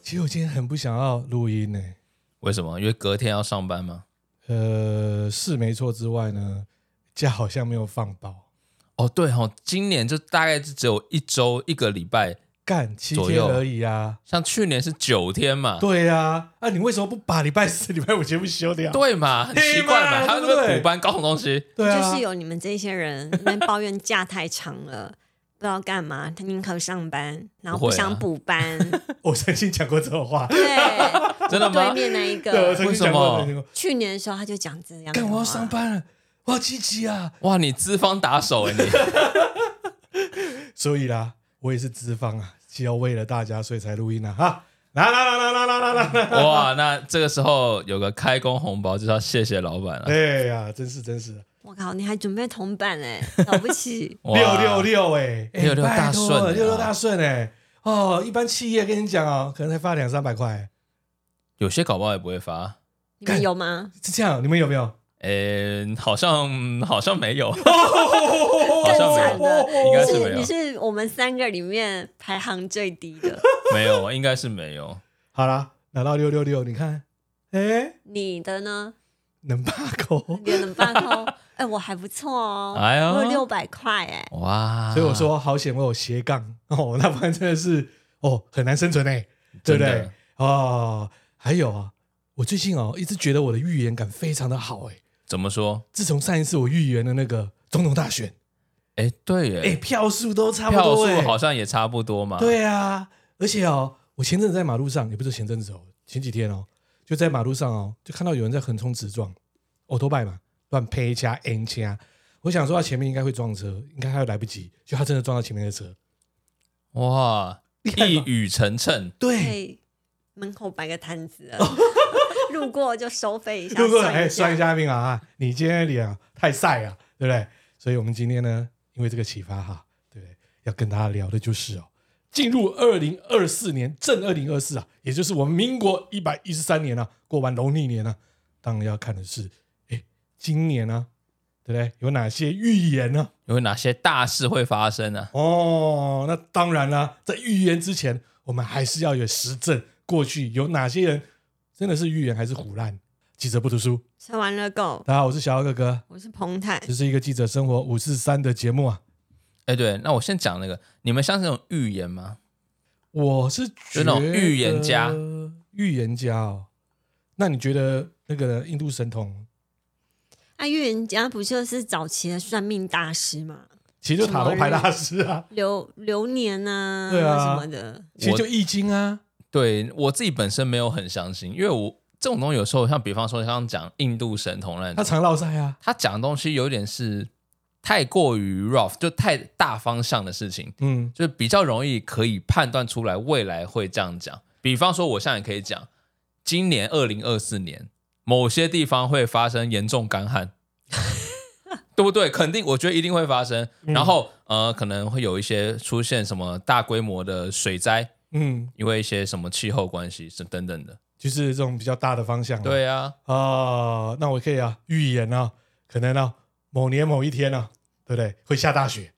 今天很不想要录音呢、为什么？因为隔天要上班吗？呃，是没错之外呢，假好像没有放饱，哦，对哦，今年就大概是只有一周一个礼拜，干七左天右而已啊。像去年是九天嘛，对啊，啊，你为什么不把礼拜四、礼拜五全部休掉？对啊嘛，很奇怪啊对嘛嘛，他对那不对个补班搞什么东西？对啊，就是有你们这些人那边抱怨假太长了，不知道干嘛，他宁可上班，然后不不会啊想补 班。我曾经讲过这种话， 对，啊真的对吗？面那一对，我个曾经讲过为什么曾经讲过。去年的时候他就讲这样的话，干，我要上班了，我要积极啊！哇，你资方打手 哎、你所以啦，我也是资方啊，是要为了大家所以才录音啊！哈，来来来来来来来嗯来来，哇，那这个时候有个开工红包，就是要谢谢老板了。！哎呀，真是真是，我靠，你还准备铜板哎、 了不起哇六六，六哎，哎六六大顺拜托啊六六大顺哎！哦，一般企业跟你讲哦，可能才发两三百块，有些搞不好也不会发。你们有吗？是这样，你们有没有？嗯，好像好像没有， 好好像没惨有，哦的，应该是你没是有你是我们三个里面排行最低的， 没有，应该是没有。好啦，拿到六六六，你看，哎，你的呢？能罢口。你能办哦？ 哎、我还不错哦，哎呦我有六百块哎，哇，所以我说好险，我有斜杠哦，那不然真的是哦很难生存哎、对真不的对？哦，还有啊，我最近哦一直觉得我的预言感非常的好哎、怎么说？自从上一次我预言的那个总统大选，哎，对耶，哎、票数都差不票多哎、数好像也差不多嘛。，对啊，而且哦，我前阵子在马路上，也不是前阵子哦，前几天哦，就在马路上哦，就看到有人在横冲直撞，欧多拜嘛，乱配掐 N 掐，我想说他啊前面应该会撞车，应该还有来不及，就他真的撞到前面的车，哇，害一吗语成谶。对可。以门口摆个摊子 啊，路过就收费一 下，路过算哎，算一下。下命啊啊！你今天的脸啊太晒了，对不对？所以我们今天呢，因为这个启发哈，对不对？要跟大家聊的就是哦，进入二零二四年，正二零二四啊，也就是我们民国一百一十三年啊，过完农历年啊，当然要看的是，哎，今年呢、啊，对不对？有哪些预言呢、有哪些大事会发生啊呢、哦，那当然啦、在预言之前，我们还是要有实证。过去有哪些人真的是预言还是胡乱？记者不读书，吃完了够，大家好，我是小姚哥哥。我是彭泰，这是一个记者生活五四三的节目啊。哎，对，那我先讲那个，你们相信那种预言吗？我是觉得就那种哦预言家，预言家哦。那你觉得那个印度神童，那预言家不就是早期的算命大师吗？其实就塔罗牌大师啊，流流年啊，对啊什么的，其实就易经啊，对我自己本身没有很相信，因为我这种东西有时候像比方说像讲印度神童那他种，常绕赛啊，他讲的东西有点是太过于 rough，就太大方向的事情，嗯，就是比较容易可以判断出来未来会这样讲。比方说，我现在可以讲，今年二零二四年某些地方会发生严重 干旱，对不对？肯定，我觉得一定会发生。嗯然后呃，可能会有一些出现什么大规模的水灾，嗯，因为一些什么气候关系是等等的。就是这种比较大的方向、啊。对啊，啊、那我可以啊，预言啊，可能啊，某年某一天啊，对不对？会下大雪，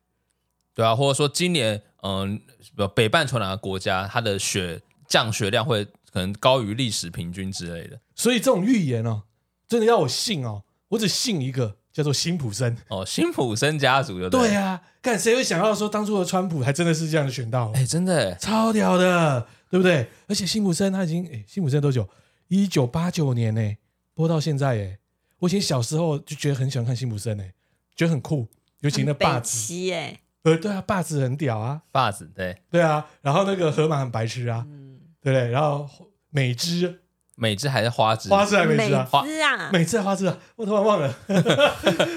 对啊，或者说今年嗯、呃北半球哪个国家它的雪降雪量会可能高于历史平均之类的。所以这种预言哦、真的要我信哦、我只信一个，叫做辛普森。哦，辛普森家族就对呀、啊，看谁会想到说当初的川普还真的是这样选到，哎、真的哎。超屌的，对不对？而且辛普森他已经，哎，辛普森多久？一九八九年呢、播到现在哎、我以前小时候就觉得很喜欢看辛普森哎、觉得很酷，尤其那很北霸子，齐哎，呃，对啊，霸子很屌啊，把子对，对啊，然后那个河马很白痴啊，嗯，对不对？然后美汁美姿还是花枝，花枝还是美美汁啊，姿啊， 美汁还是花枝啊，我突然忘了。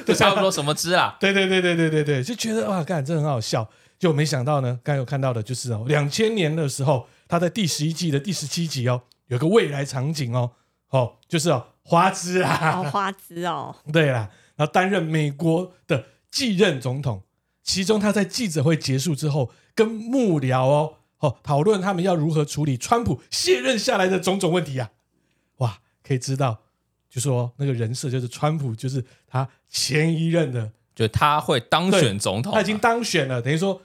就差不多什么 枝啊？对对对对对对对，就觉得哇，干这很好笑。就没想到呢，刚才有看到的就是哦，两千年的时候，他在第十一季的第十七集哦，有个未来场景哦，哦，就是哦，花枝好啊，花枝哦， 对啦，然后担任美国的继任总统。其中他在记者会结束之后，跟幕僚哦，哦讨论他们要如何处理川普卸任下来的种种问题啊，哇，可以知道，就说那个人设就是川普，就是他前一任的就他会当选总统嘛，他已经当选了，等于说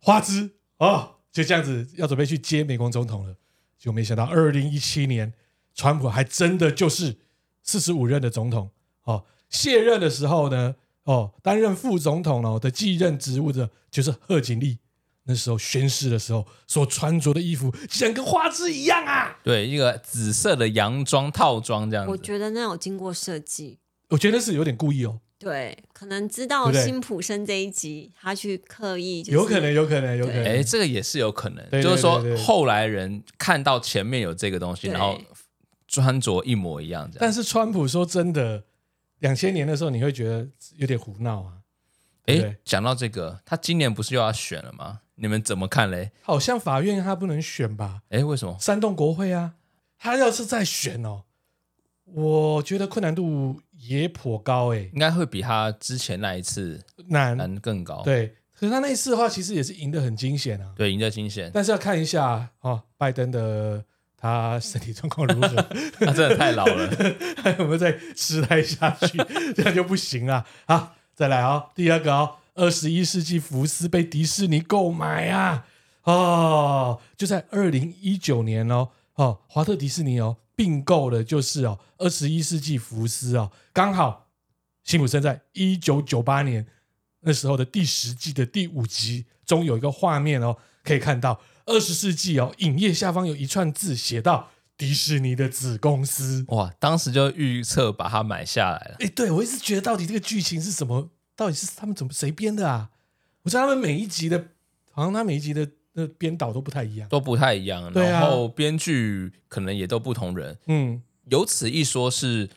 花枝哦，就这样子要准备去接美国总统了。就没想到二零一七年，川普还真的就是四十五任的总统哦。卸任的时候呢，哦，担任副总统哦的继任职务的就是贺锦丽。那时候宣誓的时候所穿着的衣服，竟然跟花枝一样啊！对，一个紫色的洋装套装这样我子。觉得那有经过设计，我觉得是有点故意哦，对，可能知道对不对辛普森这一集，他去刻意、就是，有可能，有可能，有可能。哎，这个也是有可能，对对就是说对对对后来人看到前面有这个东西，对然后穿着一模一样这样。但是川普说真的，两千年的时候你会觉得有点胡闹啊，对不哎对，讲到这个，他今年不是又要选了吗？你们怎么看嘞？好像法院他不能选吧，哎，为什么？煽动国会啊，他要是再选哦，我觉得困难度也颇高哎、应该会比他之前那一次难难哦更高。对，可是他那一次的话其实也是赢得很惊险啊，对，赢在惊险，但是要看一下哦，拜登的他身体状况如何。他啊真的太 老了。还有没有再痴呆下去？ 这样就不行了。好，再来哦，第二个哦，二十一世纪福斯被迪士尼购买啊！哦，就在二零一九年哦，哦，华特迪士尼哦并购的就是哦二十一世纪福斯哦，刚好辛普森在一九九八年那时候的第十季的第五集中有一个画面哦，可以看到二十世纪哦影页下方有一串字写到迪士尼的子公司。哇，当时就预测把他买下来了。哎、对我一直觉得到底这个剧情是什么？到底是他们怎么谁编的啊？我知道他们每一集的，好像他每一集的那编导都不太一样。都不太一样，对啊然后编剧可能也都不同人。嗯，由此一说是，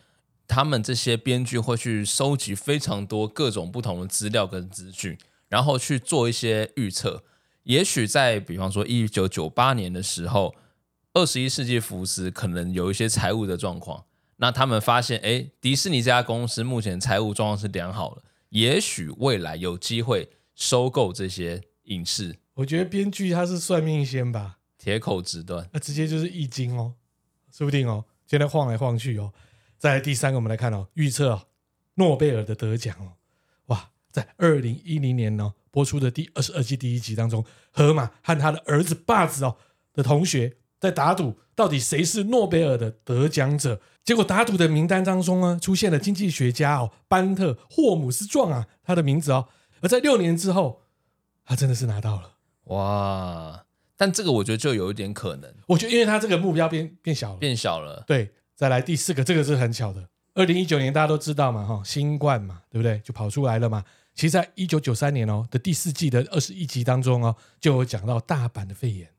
他们这些编剧会去收集非常多各种不同的资料跟资讯，然后去做一些预测。也许在比方说一九九八年的时候，二十一世纪福斯可能有一些财务的状况，那他们发现，哎，迪士尼这家公司目前财务状况是良好的，也许未来有机会收购这些影视，我觉得编剧他是算命先吧，铁口直断。那直接就是易经哦，说不定哦，现在晃来晃去哦。再来第三个，我们来看哦，预测哦，诺贝尔的得奖哦，哇，在二零一零年呢、播出的第二十二季第一集当中，河马和他的儿子霸子哦的同学在打赌，到底谁是诺贝尔的得奖者？结果打赌的名单当中呢，出现了经济学家哦班特霍姆斯壮啊他的名字哦，而在六年之后，他真的是拿到了。哇！但这个我觉得就有一点可能我觉得，因为他这个目标变变小了，变小了。对，再来第四个，这个是很巧的。二零一九年大家都知道嘛，哈，新冠嘛，对不对？就跑出来了嘛。其实，在一九九三年哦的第四季的二十一集当中哦，就有讲到大阪的肺炎。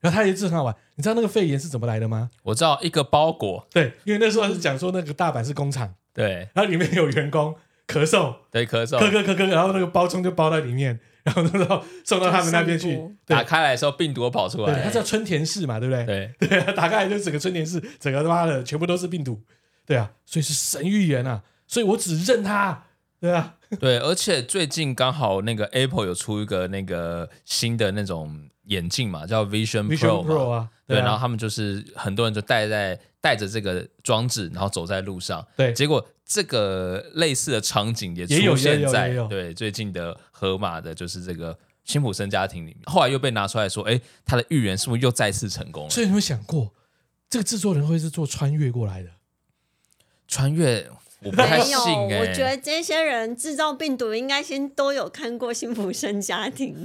然后他也是很好玩，你知道那个肺炎是怎么来的吗？我知道一个包裹，对，因为那时候是讲说那个大阪是工厂，对然后里面有员工咳嗽，对，咳咳嗽，咳咳咳，然后那个包装就包在里面，然后那时候送到他们那边去就 散播。对打，开来的时候病毒都跑出对，来他了。叫春田市嘛，对不对？对， 对啊，打开来就整个春田市，整个他妈的全部都是病毒，对啊，所以是神预言啊，所以我只认他，对啊，对，而且最近刚好那个 Apple 有出一个那个新的那种眼镜嘛，叫 Vision Vision 嗯 Pro 嘛 Pro 啊，对，啊，然后他们就是很多人就戴在戴着这个装置，然后走在路上。对结果这个类似的场景也也有出现也有也在有对最近的河马的，就是这个辛普森家庭里面。后来又被拿出来说，哎，他的预言是不是又再次成功了？所以你有没有想过，这个制作人会是做穿越过来的？穿越我不太没信有，哎、我觉得这些人制造病毒应该先都有看过《辛普森家 庭》。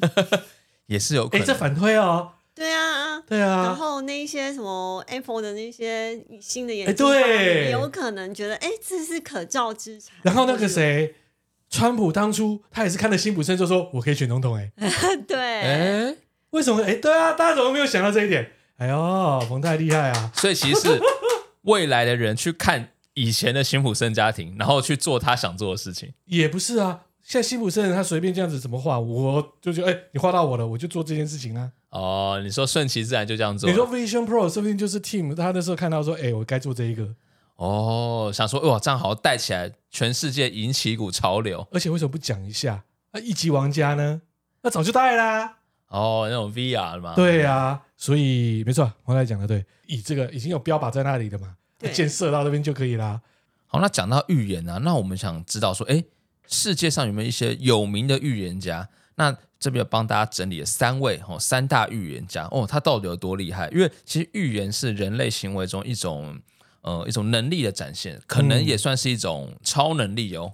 也是有可哎，这能。反推哦，对啊，对然嗯啊，后那一些什么 Apple 的那些新的哎眼镜，对也有可能觉得哎，这是可造之材。然后那个，谁，川普当初他也是看了辛普森就说我可以选总统，哎， 嗯对，哎、为什么？哎，对啊，大家怎么没有想到这一点？哎呦，冯太厉害啊！所以其实是未来的人去看以前的辛普森家庭，然后去做他想做的事情。也不是啊，现在辛普森他随便这样子怎么画，我就觉得哎、你画到我了，我就做这件事情啊。哦，你说顺其自然就这样做。你说 Vision Pro 说不定就是 Team，他那时候看到说，哎、我该做这一个，哦，想说哇，这样好带起来，全世界引起一股潮流。而且为什么不讲一下？那、一级玩家呢？那早就带啦。哦，那种 VR 嘛，，对啊，所以没错，黄太讲的对，以这个已经有标靶在那里的嘛，对箭射到那边就可以啦。好，那讲到预言啊，那我们想知道说，哎，世界上有没有一些有名的预言家？那这边有帮大家整理了三位哦，三大预言家哦，他到底有多厉害？因为其实预言是人类行为中一种呃一种能力的展现，可能嗯也算是一种超能力哦。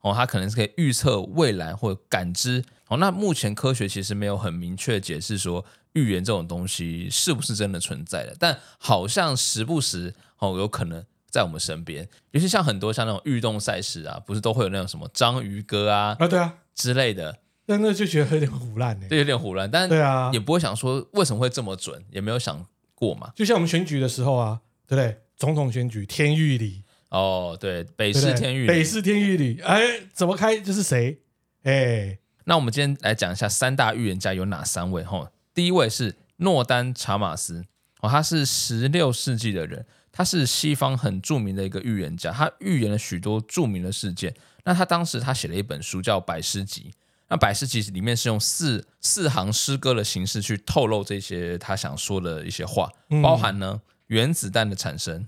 哦，它可能是可以预测未来或者感知。哦，那目前科学其实没有很明确解释说预言这种东西是不是真的存在的，但好像时不时哦有可能在我们身边，尤其像很多像那种运动赛事啊，不是都会有那种什么章鱼哥啊啊，对啊，之类的，但那就觉得有点胡乱呢。这有点胡乱，但对啊也，不会想说为什么会这么准，也没有想过嘛。就像我们选举的时候啊，对不对？总统选举天域里，哦，对，对北不市对天域里，北市天域里，哎，怎么开就是谁，哎，那我们今天来讲一下三大预言家有哪三位哈。第一位是诺丹查马斯哦，他是十六世纪的人，他是西方很著名的一个预言家，他预言了许多著名的事件。那他当时他写了一本书叫《百诗集》，那《百诗集》里面是用四四行诗歌的形式去透露这些他想说的一些话，嗯包含呢原子弹的产生、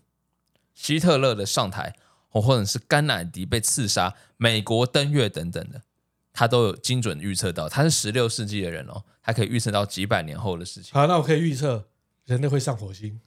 希特勒的上台，哦，或者是甘乃迪被刺杀、美国登月等等的，他都有精准预测到。他是十六世纪的人哦，他可以预测到几百年后的事情。好，那我可以预测人类会上火星，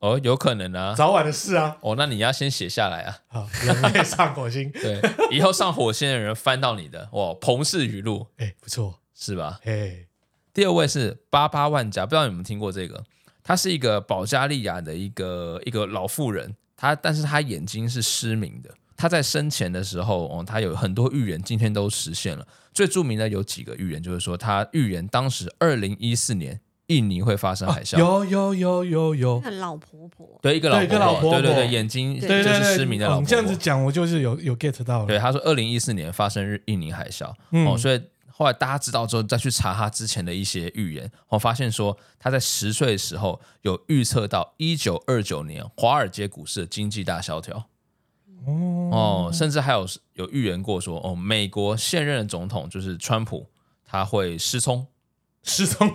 哦，有可能啊。早晚的事啊。哦，那你要先写下来啊。好，人类上火星，对，以后上火星的人翻到你的哇，彭氏语录哎，不错，是吧？哎，第二位是巴巴万家，不知道你们听过这个？他是一个保加利亚的一个一个老妇人，她但是她眼睛是失明的。她在生前的时候，哦，她有很多预言，今天都实现了。最著名的有几个预言，就是说她预言当时二零一四年印尼会发生海啸。啊有有有有有，那老婆婆，对一个老对一个老婆婆对婆对对，眼睛就对对是对，失明的哦老婆你婆。这样子讲，我就是有有 get 到对，了。他说二零一四年发生日印尼海啸、嗯哦，所以后来大家知道之后，再去查他之前的一些预言，我、哦、发现说他在十岁的时候有预测到一九二九年华尔街股市的经济大萧条哦，甚至还有有预言过说哦，美国现任的总统就是川普他会失聪，失踪，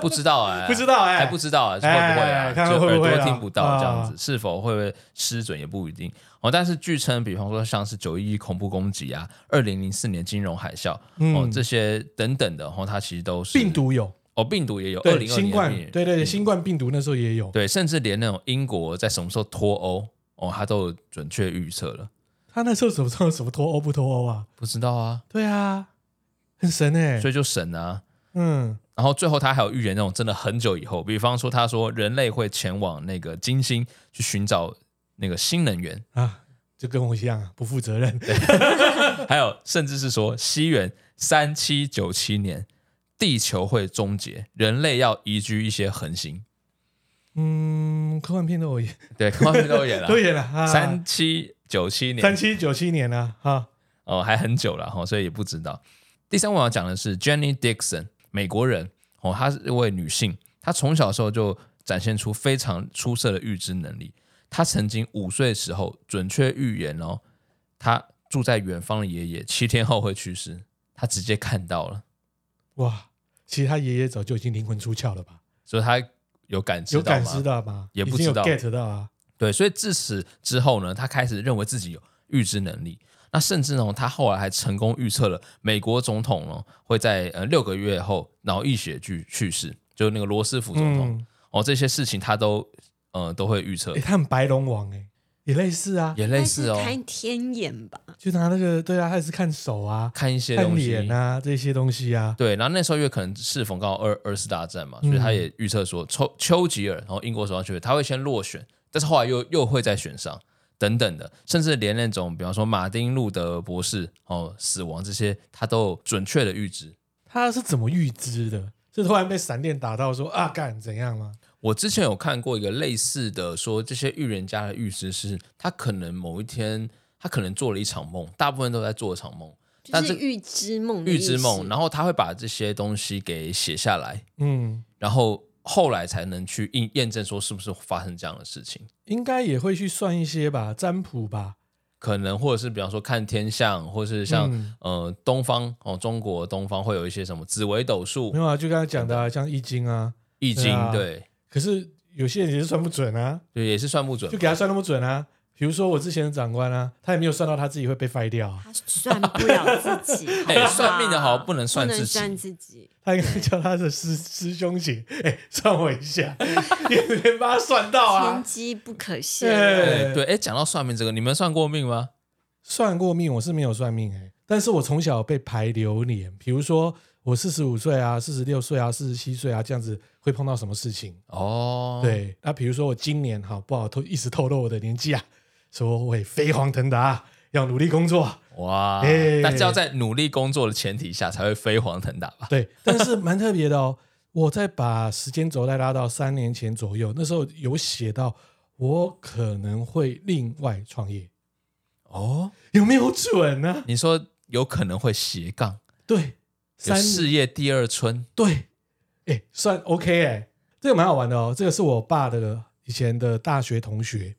不知道 哎、不知道哎还不知道啊，会不哎会哎啊？哎就看看会耳不会朵啊听不到这样子，是否会不会失准也不一定哦。但是据称，比方说像是九一一恐怖攻击啊，二零零四年金融海啸哦，嗯这些等等的哦，它其实都是病毒有，哦，病毒也有二对，零二新冠，年对对对，新冠病毒那时候也有，嗯对，甚至连那种英国在什么时候脱欧哦，它都有准确预测了，他那时候怎么知道什么脱欧不脱欧啊？不知道啊，对啊，很神哎、所以就神啊。嗯，然后最后他还有预言那种真的很久以后，比方说他说人类会前往那个金星去寻找那个新能源，啊，就跟我一样啊，不负责任。还有甚至是说西元三七九七年地球会终结，人类要移居一些恒星。嗯，科幻片都有演，对，科幻片都 有演了，都演了啊，三七九七年，三七九七年啊，哈，哦，还很久了哈、哦所以也不知道。第三位我要讲的是 Jenny Dixon，美国人哦，她是一位女性，她从小的时候就展现出非常出色的预知能力。她曾经五岁的时候准确预言哦，她住在远方的爷爷七天后会去世，她直接看到了，哇，其实他爷爷早就已经灵魂出窍了吧？所以她有感知有到吗感知到吗？也已不经知有道 get 到啊，对，所以自此之后呢，他开始认为自己有预知能力。那甚至呢，他后来还成功预测了美国总统呢会在呃六个月后脑溢血去去世，就是那个罗斯福总统、嗯，哦，这些事情他都呃都会预测哎、，他很白龙王哎、也类似啊，也类似哦她，是开天眼吧？就拿那个对啊，他也是看手啊，看一些看东西脸啊这些东西啊，对，然后那时候因为可能适逢刚好二二次大战嘛，所以他嗯也预测说丘丘吉尔，然后英国首相丘吉尔他会先落选，但是后来又又会再选上等等的，甚至连那种比方说马丁路德博士哦死亡这些，他都有准确的预知。他是怎么预知的？是突然被闪电打到说啊干怎样吗？我之前有看过一个类似的说这些预言家的预知是，他可能某一天他可能做了一场梦，大部分都在做一场梦，就但这是预知梦的意预思，知梦，然后他会把这些东西给写下来，嗯，然后后来才能去验验证说是不是发生这样的事情。应该也会去算一些吧，占卜吧，可能或者是比方说看天象，或是像、嗯呃东方哦，中国东方会有一些什么紫微斗数没、有啊，就刚才讲的、哦啊，像易经啊，易经，对啊对可是有些人也是算不准啊，对，也是算不准就。给他算那么准啊，比如说我之前的长官啊，他也没有算到他自己会被 fire 掉啊，他算不了自己 。哎好不好算命的好不能算不自己能算自己。他应该叫他的师师兄姐，哎、算我一 下，也没把他算到天啊。机不可泄对露，哎，对，哎，讲到算命这个，你们算过命吗？算过命，我是没有算命哎、但是我从小被排流年，比如说我四十五岁啊、四十六岁啊、四十七岁啊这样子会碰到什么事情。哦，，对，那比如说我今年好不好透一直透露我的年纪啊，说我会飞黄腾达，要努力工作。哇哎，那就要在努力工作的前提下才会飞黄腾达吧？对，但是蛮特别的哦。我再把时间轴再拉到三年前左右，那时候有写到我可能会另外创业，哦，有没有准啊呢、你说有可能会斜杠，对，有三事业第二春，对，哎，算 OK 哎，这个蛮好玩的哦。这个是我爸的以前的大学同学，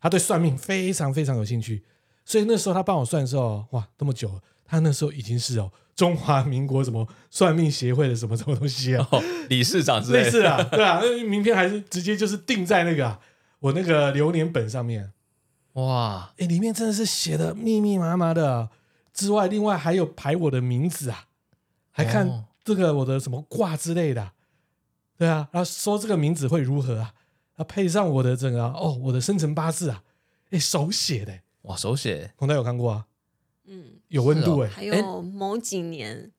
他对算命非常非常有兴趣，所以那时候他帮我算的时候，哇，那么久了，他那时候已经是哦中华民国什么算命协会的什么什么东西啊，哦，理事长 之类类的似啊，对啊，那名片还是直接就是定在那个、啊、我那个流年本上面，哇，哎，里面真的是写的密密麻麻的。之外，另外还有排我的名字啊，还哦看这个我的什么卦之类的啊、对啊，然后说这个名字会如何啊，然后配上我的整个哦，我的生辰八字啊，哎，手写的，哇，手写孔太有看过啊，嗯，有温度哦哎、还有某几年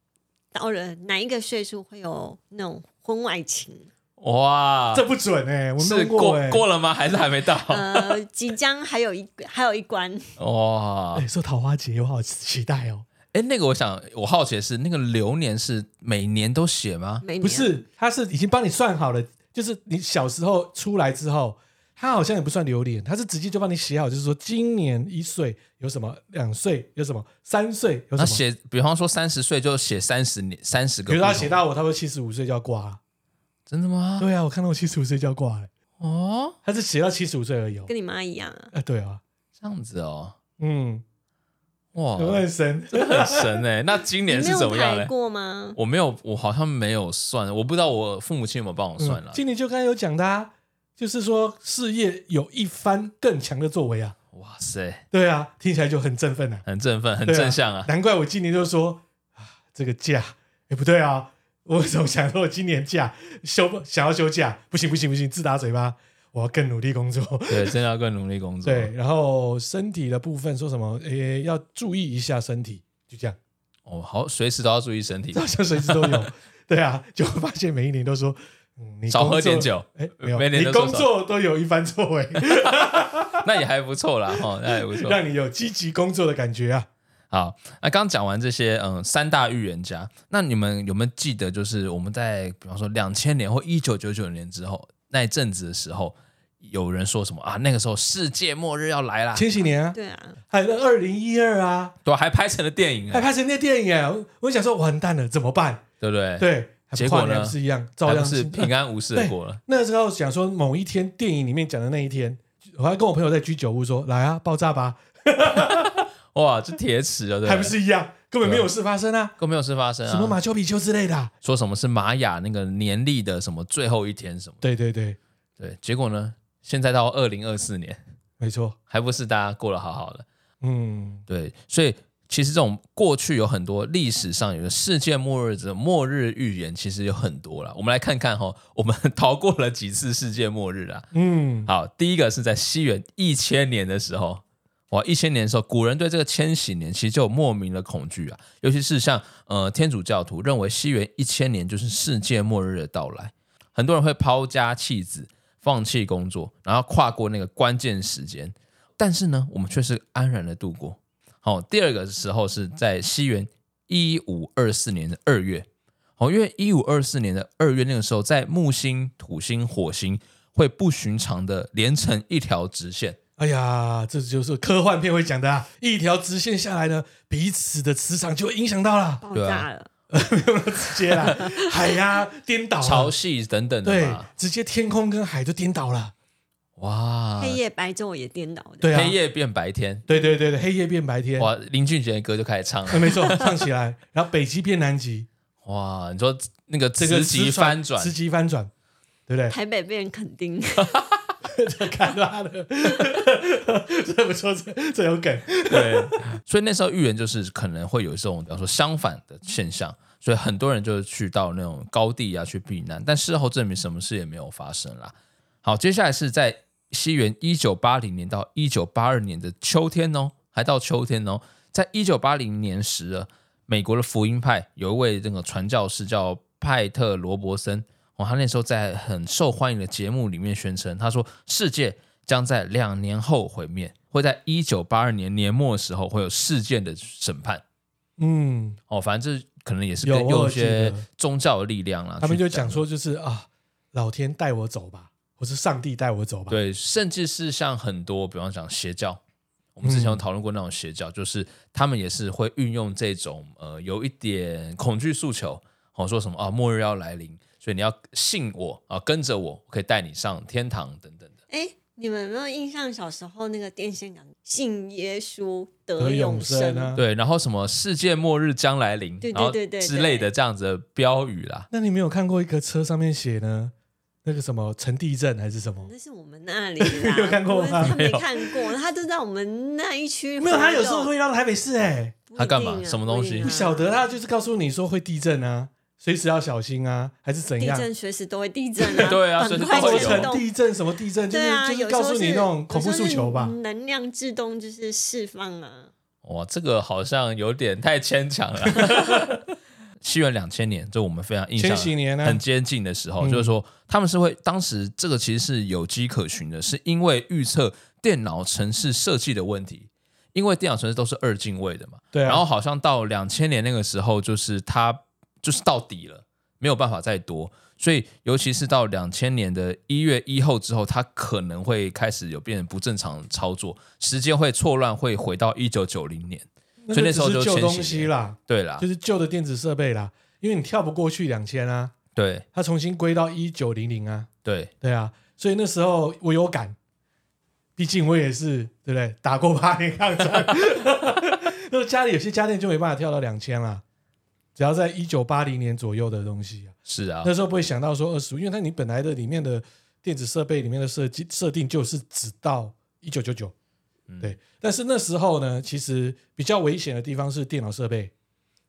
到了哪一个岁数会有那种婚外情？哇，这不准哎、我没是有过过哎、过了吗？还是还没到？呃，即将还有一还有一关，哇哎，，说桃花节，我好期待哦。哎，那个我想，我好奇的是，那个流年是每年都写吗？每年不是，他是已经帮你算好了，就是你小时候出来之后，他好像也不算榴莲，他是直接就帮你写好，就是说今年一岁有什么，两岁有什么，三岁有那什么。写，比方说三十岁就写三十年，三十比个不如同。说他写到我差不多七十五岁就要挂了，真的吗？对啊，我看到我七十五岁就要挂了，哦，他是写到七十五岁而已、哦。 跟你妈一样啊。啊，对啊，这样子哦，嗯，哇，有没有很神？很神 哎、那今你年没是怎有么样排嘞？过吗？我没有，我好像没有算，我不知道我父母亲有没有帮我算了嗯。今年就刚才有讲的、啊，就是说事业有一番更强的作为啊，哇塞，对啊，听起来就很振奋啊。很振奋，很对正向啊！难怪我今年就说啊，这个假，哎、不对啊，我总想说我今年假休想要休假，不行不行不行，自打嘴巴，我要更努力工 作。对，真的要更努力工作。对，，然后身体的部分说什么，诶、要注意一下身体，就这样，哦，好，随时都要注意身体这，好像随时都 有。对啊，就发现每一年都说，嗯，你少工喝作点。酒。呃哎，没有，每年你都说工作都有一番作 为，那也还不错啦，哈、那也不错。让你有积极工作的感觉啊。好，那刚讲完这些，嗯，三大预言家，那你们有没有记得，就是我们在比方说两千年或一九九九年之后那一阵子的时候，有人说什么啊？那个时候世界末日要来啦，千禧年啊，对啊，还有二零一二啊，对、啊，还拍成了电影、还啊，拍成那电影哎，我我想说完蛋了，怎么办？对不对？，对，哎结果呢跨年还不是一样，照还样不是庆平。安无事的过了。 那时候想说，某一天电影里面讲的那一天，我还跟我朋友在居酒屋说：“来啊，爆炸吧哇，这铁齿啊了，！”对，还不是一样，根本没有事发生啊，都没有事发生啊？什么马丘比丘之类的啊。说什么是玛雅那个年历的什么最后一天什么？对对对，对，结果呢，现在到二零二四年，没错。还不是大家过得好好的？嗯，对，所以其实这种过去有很多历史上有的世界末日的末日预言，其实有很多啦。我们来看看哈、我们 逃过了几次世界末日啊？嗯，好，第一个是在西元一千年的时候。哇，一千年的时候，古人对这个千禧年其实就有莫名的恐惧啊，尤其是像呃天主教徒认为西元一千年就是世界末日的到来，很多人会抛家弃子，放弃工作，然后跨过那个关键时间。但是呢，我们却是安然的度过。好、第二个时候是在西元一五二四年的二月，好、因为一五二四年的二月那个时候，在木星、土星、火星会不寻常的连成一条直线。哎呀，这就是科幻片会讲的啊，一条直线下来呢，彼此的磁场就会影响到了，爆对啊炸了，直接啦，海呀、颠倒潮了，汐等等的对嘛，，直接天空跟海就颠倒了，啊哇，黑夜白昼也颠倒的。对啊黑，夜变白天，对对对对，黑夜变白天，哇，林俊杰的歌就开始唱了，呃没错， 唱起来，然后北极变南极，哇，你说那个这个磁极磁传翻转磁，极翻转，对不对？ 台北被人肯定， 这看拉的， 这不错，这这有梗。对，所以那时候预言就是可能会有这种，比方说相反的现象，所以很多人就是去到那种高地啊去避难，但事后证明什么事也没有发生啦。好，接下来是在西元一九八零年到一九八二年的秋天哦，还到秋天哦，在一九八零年时啊，美国的福音派有一位这个传教士叫派特罗伯森，哦，他那时候在很受欢迎的节目里面宣称，他说世界将在两年后毁灭，会在一九八二年年末的时候会有事件的审判。嗯，哦，反正这可能也是有跟我用有一些记得宗教的力量啦，他们去就讲说，就是啊，老天带我走吧，或是上帝带我走吧。，对，甚至是像很多，比方讲邪教，我们之前有嗯讨论过那种邪教，就是他们也是会运用这种呃有一点恐惧诉求，哦，说什么啊末日要来临，所以你要信我啊，跟着我，我可以带你上天堂等等的。哎，你们有没有印象小时候那个电线杆“信耶稣得得永永生啊对，然后什么世界末日将来临，对对然后对对之类的这样子的标语啦。那你没有看过一个车上面写呢，那个什么陈地震还是什么？那是我们那里 ，啦有看过吗不是没他没有看过，他就在我们那一区。没有，他有时候会到台北市哎、不一定他啊干嘛什么东西一定啊不晓得他就是告诉你说会地震啊，随时要小心啊，还是怎地样？震随时都会地震 啊，对啊随很时都快会构有震成动。地震什么地震，就是、对啊，就是有告时诉候你是那种恐怖有时诉候求吧是。嗯能量自动就是释放啊，哇，这个好像有点太牵强了。 西元两千年，就我们非常印象千禧年啊很接近的时候，嗯就是说他们是会当时这个其实是有迹可循的，是因为预测电脑城市设计的问题，因为电脑城市都是二进位的嘛，对啊，然后好像到两千年那个时候，就是它就是到底了，没有办法再多。所以，尤其是到两千年的一月一后之后，它可能会开始有变成不正常的操作，时间会错乱，会回到一九九零年。那所以就那时候只是就旧千禧东西年啦，对啦，就是旧的电子设备啦，因为你跳不过去两千啊，对它重新归到一九零零啊，对，对啊，所以那时候我有感，毕竟我也是对不对，打过八年抗战， 那家里有些家电就没办法跳到两千啦，只要在一九八零年左右的东西啊，是啊那，时候不会想到说二十五，因为它你本来的里面的电子设备里面的设计设定就是只到一九九九，对。但是那时候呢，其实比较危险的地方是电脑设备，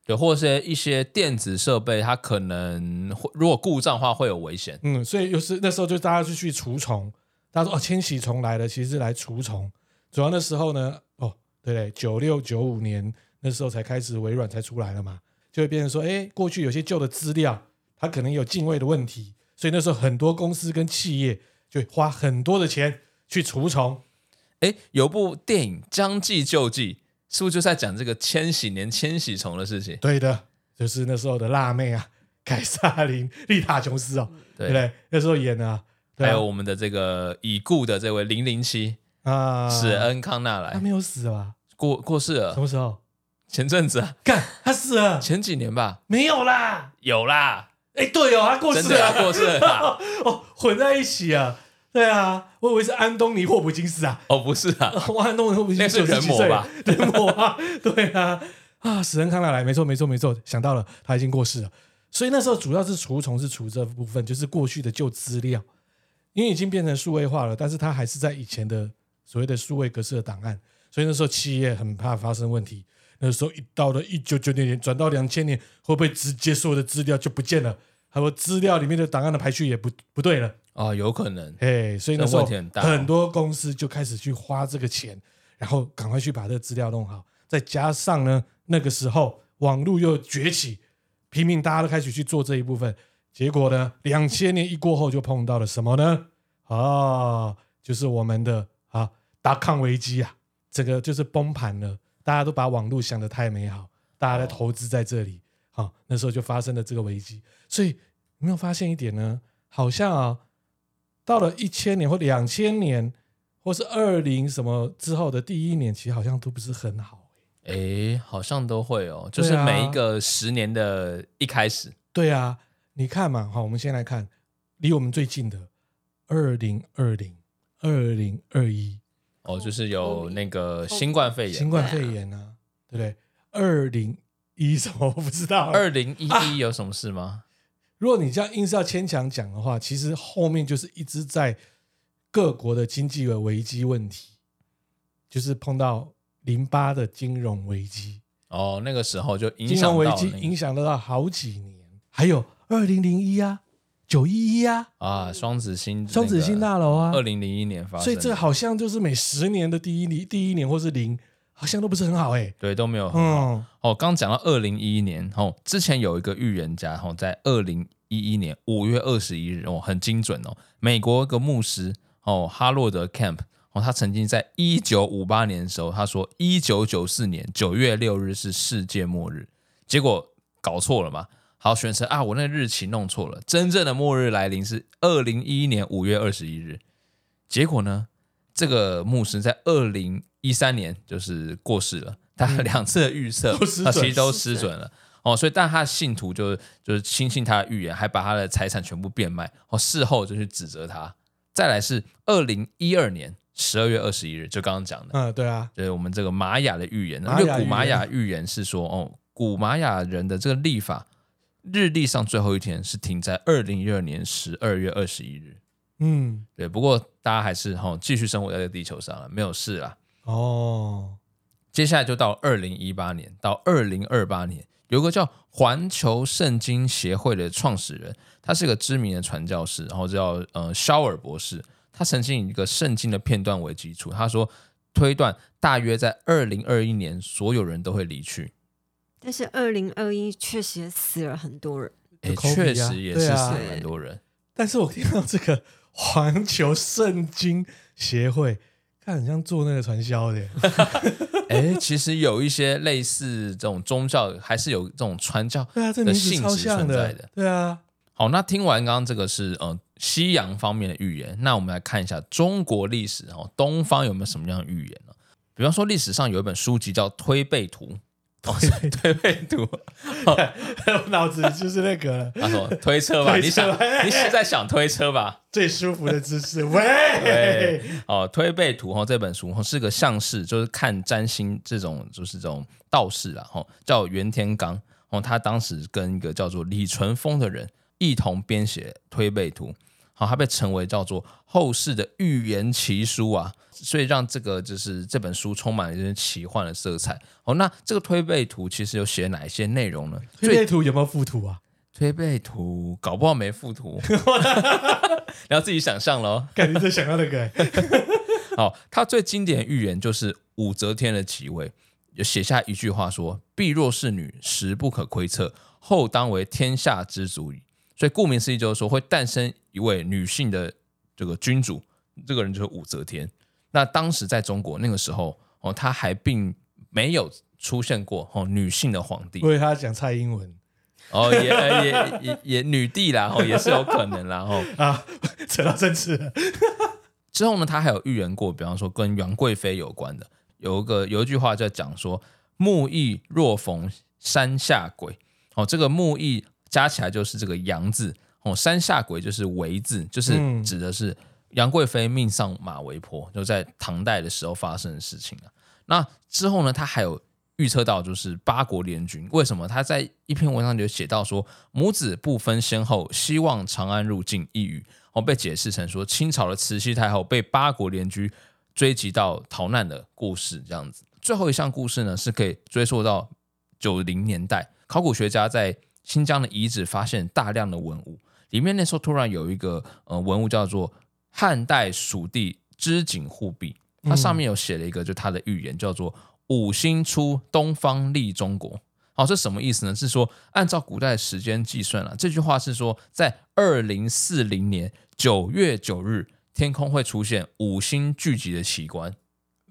对，或者是一些电子设备，它可能会如果故障的话会有危险。嗯，所以又是那时候就大家就去除虫，大家说哦，千禧虫来了，其实是来除虫。主要那时候呢，哦，对不对？九六九五年那时候才开始微软才出来了嘛，就会变成说，哎，过去有些旧的资料，它可能有敬畏的问题，所以那时候很多公司跟企业就花很多的钱去除虫。哎，有部电影《将计就计》，是不是就在讲这个千禧年千禧虫的事情？对的，就是那时候的辣妹啊，凯撒琳丽塔琼斯哦，对对不对？那时候演的啊，对还啊有我们的这个已故的这位零零七啊，史恩康纳他莱没有死吧？过过世什了，么时候？前阵子啊，干，他死了。前几年吧，没有啦，有啦，哎、对哦，他过真世的了，啊过世 了啦哦，混在一起啊，对啊，我以为是安东尼·霍普金斯啊，哦，不是啊，哇，安东尼·霍普金斯那是97人魔岁吧？ 人魔啊，对啊，啊，史恩康纳莱，没错，没错，没错，想到了，他已经过世了，所以那时候主要是除虫是除这部分，就是过去的旧资料，因为已经变成数位化了，但是它还是在以前的所谓的数位格式的档案，所以那时候企业很怕发生问题。那时候一到了一九九九年，转到两千年，会不会直接所有的资料就不见了？还有资料里面的档案的排序也不不对了， 哦，有可能，哎，所以那时这候问题很大哦很多公司就开始去花这个钱，然后赶快去把这个资料弄好。再加上呢，那个时候网络又崛起，拼命大家都开始去做这一部分。结果呢，两千年一过后就碰到了什么呢？哦，就是我们的啊达康危机啊，这个就是崩盘了。大家都把网络想得太美好，大家在投资在这里，好、那时候就发生了这个危机。所以有没有发现一点呢？好像啊，到了一千年或两千年，或是二零什么之后的第一年，其实好像都不是很好、哎，好像都会哦，就是对啊每一个十年的一开始，对啊，你看嘛，好，我们先来看离我们最近的二零二零、二零二一哦，就是有那个新冠肺哦新炎，冠肺炎啊，对不对？二零一什么我不知道、二零一一有什么事吗？如果你这样硬是要牵强讲的话，其实后面就是一直在各国的经济的危机问题，就是碰到零八的金融危机，哦，那个时候就影啊金响融到危了机那个影响到好几年，还有二零零一啊、九一一啊、啊，双子星双子星大楼啊，二零零一年发生的，所以这好像就是每十年的第一年第一年或是零，好像都不是很好哎、对都没有很嗯，哦，刚讲到二零一一年哦，之前有一个预言家哦，在二零一一年五月二十一日哦，很精准哦，美国一个牧师哦，哈洛德 ·Camp 哦，他曾经在一九五八年的时候，他说一九九四年九月六日是世界末日，结果搞错了嘛。好，选成啊，我那个日期弄错了，真正的末日来临是二零一一年五月二十一日。结果呢，这个牧师在二零一三年就是过世了，他两次的预测都失他准其实都失失准准了。哦，所以但他的信徒就是就是轻信他的预言，还把他的财产全部变卖。哦，事后就去指责他。再来是二零一二年十二月二十一日，就刚刚讲的，嗯，对啊，就是我们这个玛雅的预言，玛雅因为古预玛雅言预言是说，哦，古玛雅人的这个历法日历上最后一天是停在二零一二年十二月二十一日。嗯，对，不过大家还是哈、哦、继续生活在这个地球上了，没有事啦。哦，接下来就到二零一八年到二零二八年，有个叫环球圣经协会的创始人，他是一个知名的传教士，然后叫呃肖尔博士。他曾经以一个圣经的片段为基础，他说推断大约在二零二一年，所有人都会离去。但是二零二一确实也死了很多人，诶， COVID 啊确实也是死对啊了很多人。但是我听到这个环球圣经协会，看很像做那个传销 的耶，诶，其实有一些类似这种宗教，还是有这种传教对啊，这的名字性超质像存在的。对啊，好，那听完刚刚这个是呃西洋方面的预言，那我们来看一下中国历史哦，东方有没有什么样的预言呢？比方说历史上有一本书籍叫《推背图》，哦，是推背 图，我脑子就是那个了他说推车吧，推车你想你是在想推车吧？最舒服的姿 势，对喂，，哦，推背图哈、哦、这本书哈、哦、是个相士，就是看占星这种就是这种道士啊，哈、哦，叫袁天罡哦，他当时跟一个叫做李淳风的人一同编写推背图，好、他被称为叫做后世的预言奇书啊，所以让这个就是这本书充满了一些奇幻的色彩。哦，那这个推背图其实有写哪一些内容呢？这最配图有没有附图 啊？推背图搞不好没附图， 你要自己想象喽。感觉就想到那个欸 耶， 好，他最经典的预言就是武则天的即位，有写下一句话说：“必若是女，实不可窥测，后当为天下之主矣。”所以顾名思义，就是说会诞生一位女性的这个君主，这个人就是武则天。那当时在中国那个时候，哦，他还并没有出现过哦女性的皇帝我，以为他讲蔡英文哦也 呃也也也女帝啦，哦也是有可能啦，哦。啊，扯到政治 了，之后呢，他还有预言过，比方说跟杨贵妃有关的，有一个有一句话就讲说“木易若逢山下鬼”，哦，这个木易加起来就是这个杨字，哦，山下鬼就是为字，就是嗯指的是杨贵妃命丧马嵬坡，就在唐代的时候发生的事情啊。那之后呢，他还有预测到就是八国联军，为什么？他在一篇文章里有写到说，母子不分先后，希望长安入境一语。哦，被解释成说清朝的慈禧太后被八国联军追击到逃难的故事，这样子。最后一项故事呢，是可以追溯到九零年代，考古学家在新疆的遗址发现大量的文物，里面那时候突然有一个呃文物叫做汉代蜀地织锦护壁，它上面有写了一个就它的预言叫做“五星出东方利中国”。好，这什么意思呢？是说按照古代的时间计算了、这句话是说在二零四零年九月九日，天空会出现五星聚集的奇观。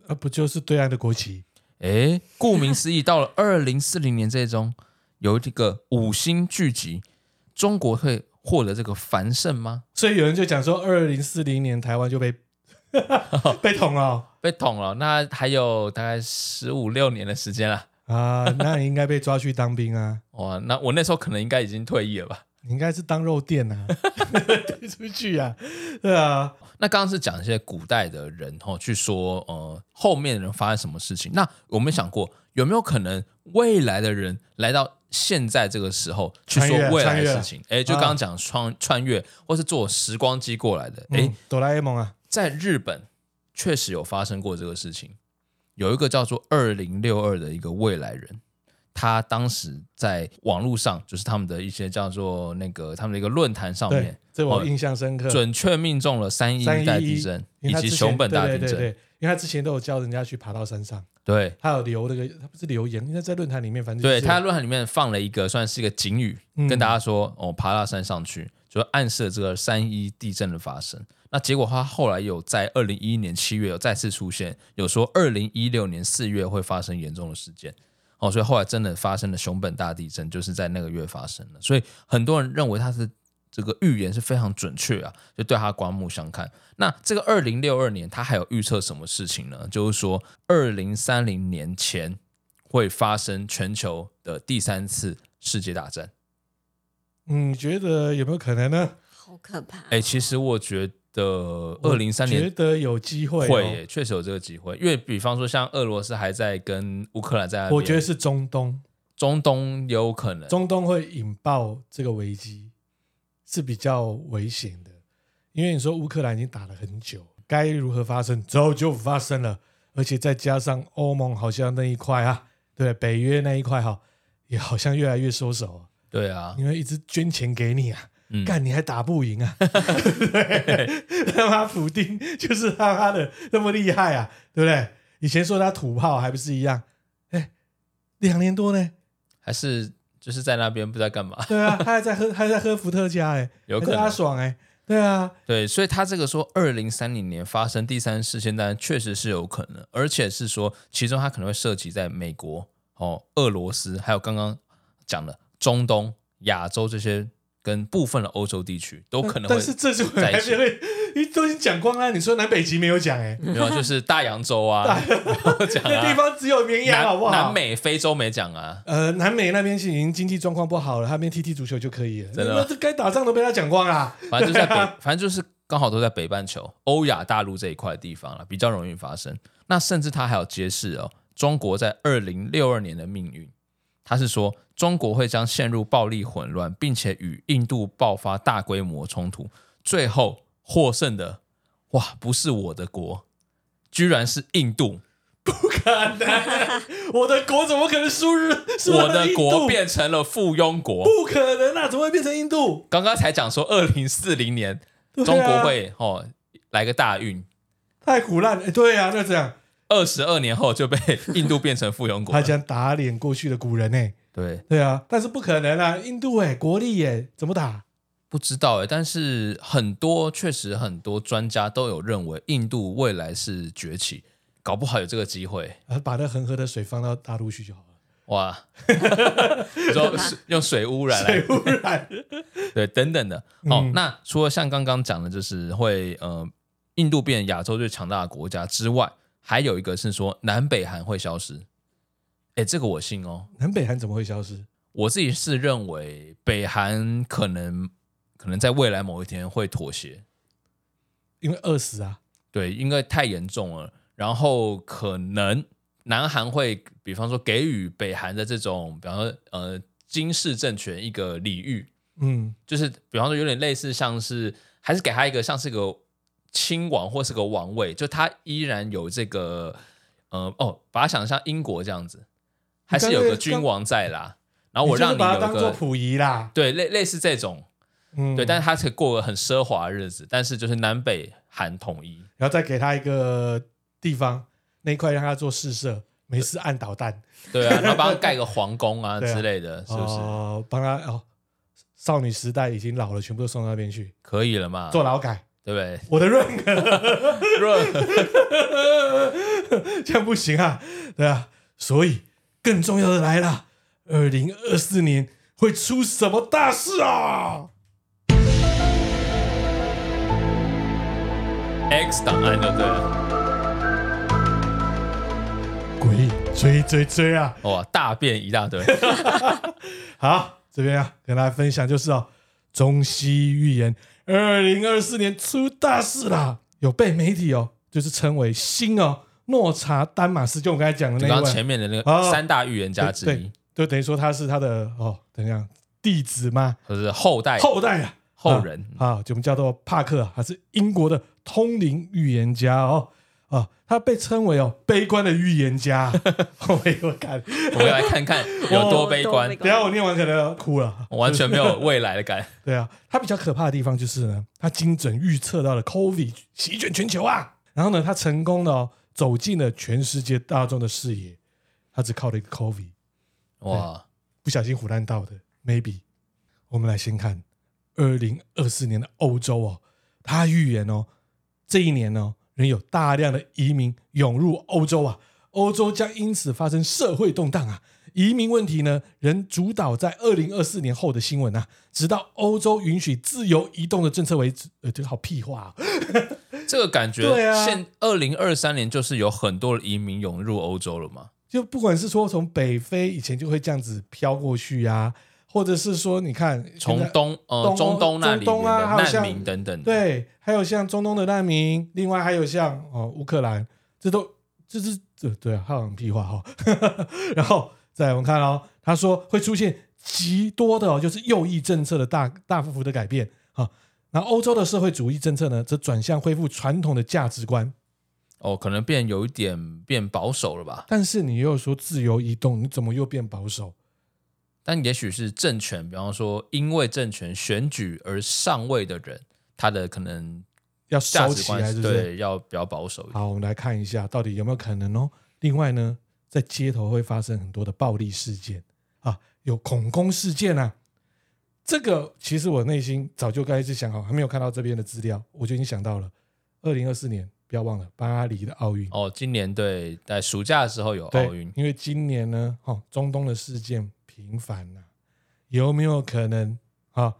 啊，不就是对岸的国旗？诶，顾名思义， 到了二零四零年这一中，有这个五星聚集，中国会获得这个繁盛吗？所以有人就讲说，二零四零年台湾 就被被捅了被捅了，那还有大概十五六年的时间了。啊，那你应该被抓去当兵啊。哇，那我那时候可能应该已经退役了吧？你应该是当肉店 啊，推出去啊，对啊，那刚刚是讲一些古代的人哦，去说呃后面的人发生什么事情。那有没有想过有没有可能未来的人来到现在这个时候去说穿越未来穿越的事情？哎，就刚刚讲穿穿越，或是坐时光机过来的，哎、嗯，哆啦 A 梦啊，在日本确实有发生过这个事情，有一个叫做二零六二的一个未来人，他当时在网络上，就是他们的一些叫做那个他们的一个论坛上对面，，这我哦印象深 刻。准确命中了三一三一大一地震因为以他及之前熊本大地对对对震，对，因为他之前都有教人家去爬到山上，对他有留那个，他不是留言，因为在论坛里面，反正就对，是他在论坛里面放了一个算是一个警语，嗯跟大家说哦，爬到山上去，就暗示了这个三一地震的发生。那结果他后来有在二零一一年七月有再次出现，有说二零一六年四月会发生严重的事件。哦，所以后来真的发生了熊本大地震，就是在那个月发生了。所以很多人认为他是这个预言是非常准确啊，就对他刮目相看。那这个二零六二年，他还有预测什么事情呢？就是说二零三零年前会发生全球的第三次世界大战。嗯，你觉得有没有可能呢？好可怕。哎、其实我觉得二零三觉年得有机会、哦，会耶，确实有这个机会，因为比方说像俄罗斯还在跟乌克兰在那边，我觉得是中东，中东也有可能。中东会引爆这个危机是比较危险的，因为你说乌克兰已经打了很久，该如何发生早就发生了，而且再加上欧盟好像那一块啊，对北约那一块哈、也好像越来越收手、啊，对啊，因为一直捐钱给你啊，嗯，干你还打不赢啊！对，他妈普丁就是他妈的那么厉害啊，对不对？以前说他土炮还不是一样？哎，两年多呢，还是就是在那边不知道干嘛。 对啊，他还在喝，还在喝伏特加、哎，有可还能在阿爽、哎，对啊，对，所以他这个说二零三零年发生第三世界大战确实是有可能，而且是说其中它可能会涉及在美国、哦俄罗斯，还有刚刚讲的中东、亚洲这些跟部分的欧洲地区都可 能会但是这就在还一起 是会，你都已经讲光了，你说南北极没有讲、哎，没有，就是大洋 洲啊，讲那地啊，方只有绵羊，好不好？南南美、非洲没讲啊，呃，南美那边是已经经济状况不好了，他那边踢踢足球就可以了。真的吗那这该打仗都被他讲光啊了。反正就是在北， 反正就是刚好都在北半球、欧亚大陆这一块地方了，比较容易发生。那甚至他还有揭示哦，中国在二零六二年的命运，他是说中国会将陷入暴力混乱，并且与印度爆发大规模冲突，最后获胜的哇，不是我的国，居然是印度，可 能，我的国怎么可能输日？输我的的印国度变成了附庸国。不可能啊！怎么会变成印度？刚刚才讲说，二零四零年对啊中国会、哦来个大运，太胡乱了。哎对啊，那这样二十二年后就被印度变成附庸国他了。想打脸过去的古人呢、对，对啊，但是不可能啊！印度哎、国力哎、怎么打？不知道哎，但是很多确实很多专家都有认为，印度未来是崛起，搞不好有这个机会啊，把那恒河的水放到大陆去就好 了。哇！你说水用水污染来水污染，对等等的哦。嗯那除了像刚刚讲的，就是会呃，印度变亚洲最强大的国家之外，还有一个是说南北韩会消失。哎，这个我信哦。 南北韩怎么会消失？我自己是认为北韩可能可能在未来某一天会妥协，因为饿死啊！对，因为太严重了。然后可能南韩会，比方说给予北韩的这种，比方说呃金氏政权一个礼遇，嗯，就是比方说有点类似像是还是给他一个像是个亲王或是个王位，就他依然有这个呃哦，把他想象英国这样子，还是有个君王在啦。然啊后我让你你就是把有它一当做个溥仪啦。对，类类似这种，嗯，对，但是他可以过个很奢华的日子，但是就是南北韩统一，然后再给他一个地方，那一块让他做试射，没事按导弹。对啊，然后帮他盖个皇宫啊对啊之类的，是不是哦，帮他哦，少女时代已经老了，全部都送到那边去可以了嘛？做劳改。对不对？我的润哥，若 这样不行啊，对啊，所以更重要的来了，二零二四年会出什么大事啊？ X 档案就对了，鬼追追追啊！哇，大便 一大堆，好，这边啊，跟大家分享就是哦，中西预言，二零二四年出大事啦！有被媒体哦，就是称为新哦诺查丹马斯，就我刚才讲的就那一刚位刚，前面的那哦个三大预言家之对一，对，就等于说他是他的哦，怎样弟子嘛，就是后代后代啊，哎后人，啊，就我们叫做帕克啊，他是英国的通灵预言家哦。啊，他被称为哦悲观的预言家， 我有看，我们来 看看有多悲多悲观观，等一下我念完可能要哭了。我完全没有未来 的感。对啊，它比较可怕的地方就是呢，它精准预测到了 COVID 席卷全球啊，然后呢，它成功的、哦、走进了全世界大众的视野，它只靠了一个 COVID，哇，不小心胡乱到的，maybe。我们来先看二零二四年的欧洲哦，它预言哦，这一年哦，仍有大量的移民涌入欧洲啊，欧洲将因此发生社会动荡啊。移民问题呢，仍主导在二零二四年后的新闻啊，直到欧洲允许自由移动的政策为止。呃，这个好屁话、啊，这个感觉对啊现二零二三年就是有很多的移民涌入欧洲了嘛？就不管是说从北非以前就会这样子飘过去啊，或者是说你看现从在东呃东欧中东那里中东啊还有的难像民等等，，对，还有像中东的难民，另外还有像哦乌克兰，这都这是这对啊，还有很屁话哈、哦。 然后再来我们看哦，他说会出现极多的、哦、就是右翼政策的大大幅幅的改变啊。然后欧洲的社会主义政策呢，则转向恢复传统的价值观，哦，可能变有一点变保守了吧？但是你又说自由移动，你怎么又变保守？但也许是政权，比方说因为政权选举而上位的人，他的可能要价收值起观来，是是不是？对要比较保守一点。好，我们来看一下到底有没有可能哦。另外呢，在街头会发生很多的暴力事件啊，有恐攻事件啊。这个其实我内心早就该是想好，还没有看到这边的资料，我就已经想到了。二零二四年，不要忘了巴黎的奥运，哦，今年对，在暑假的时候有奥对运，，因为今年呢，哈、中东的事件频繁呐、有没有可能啊？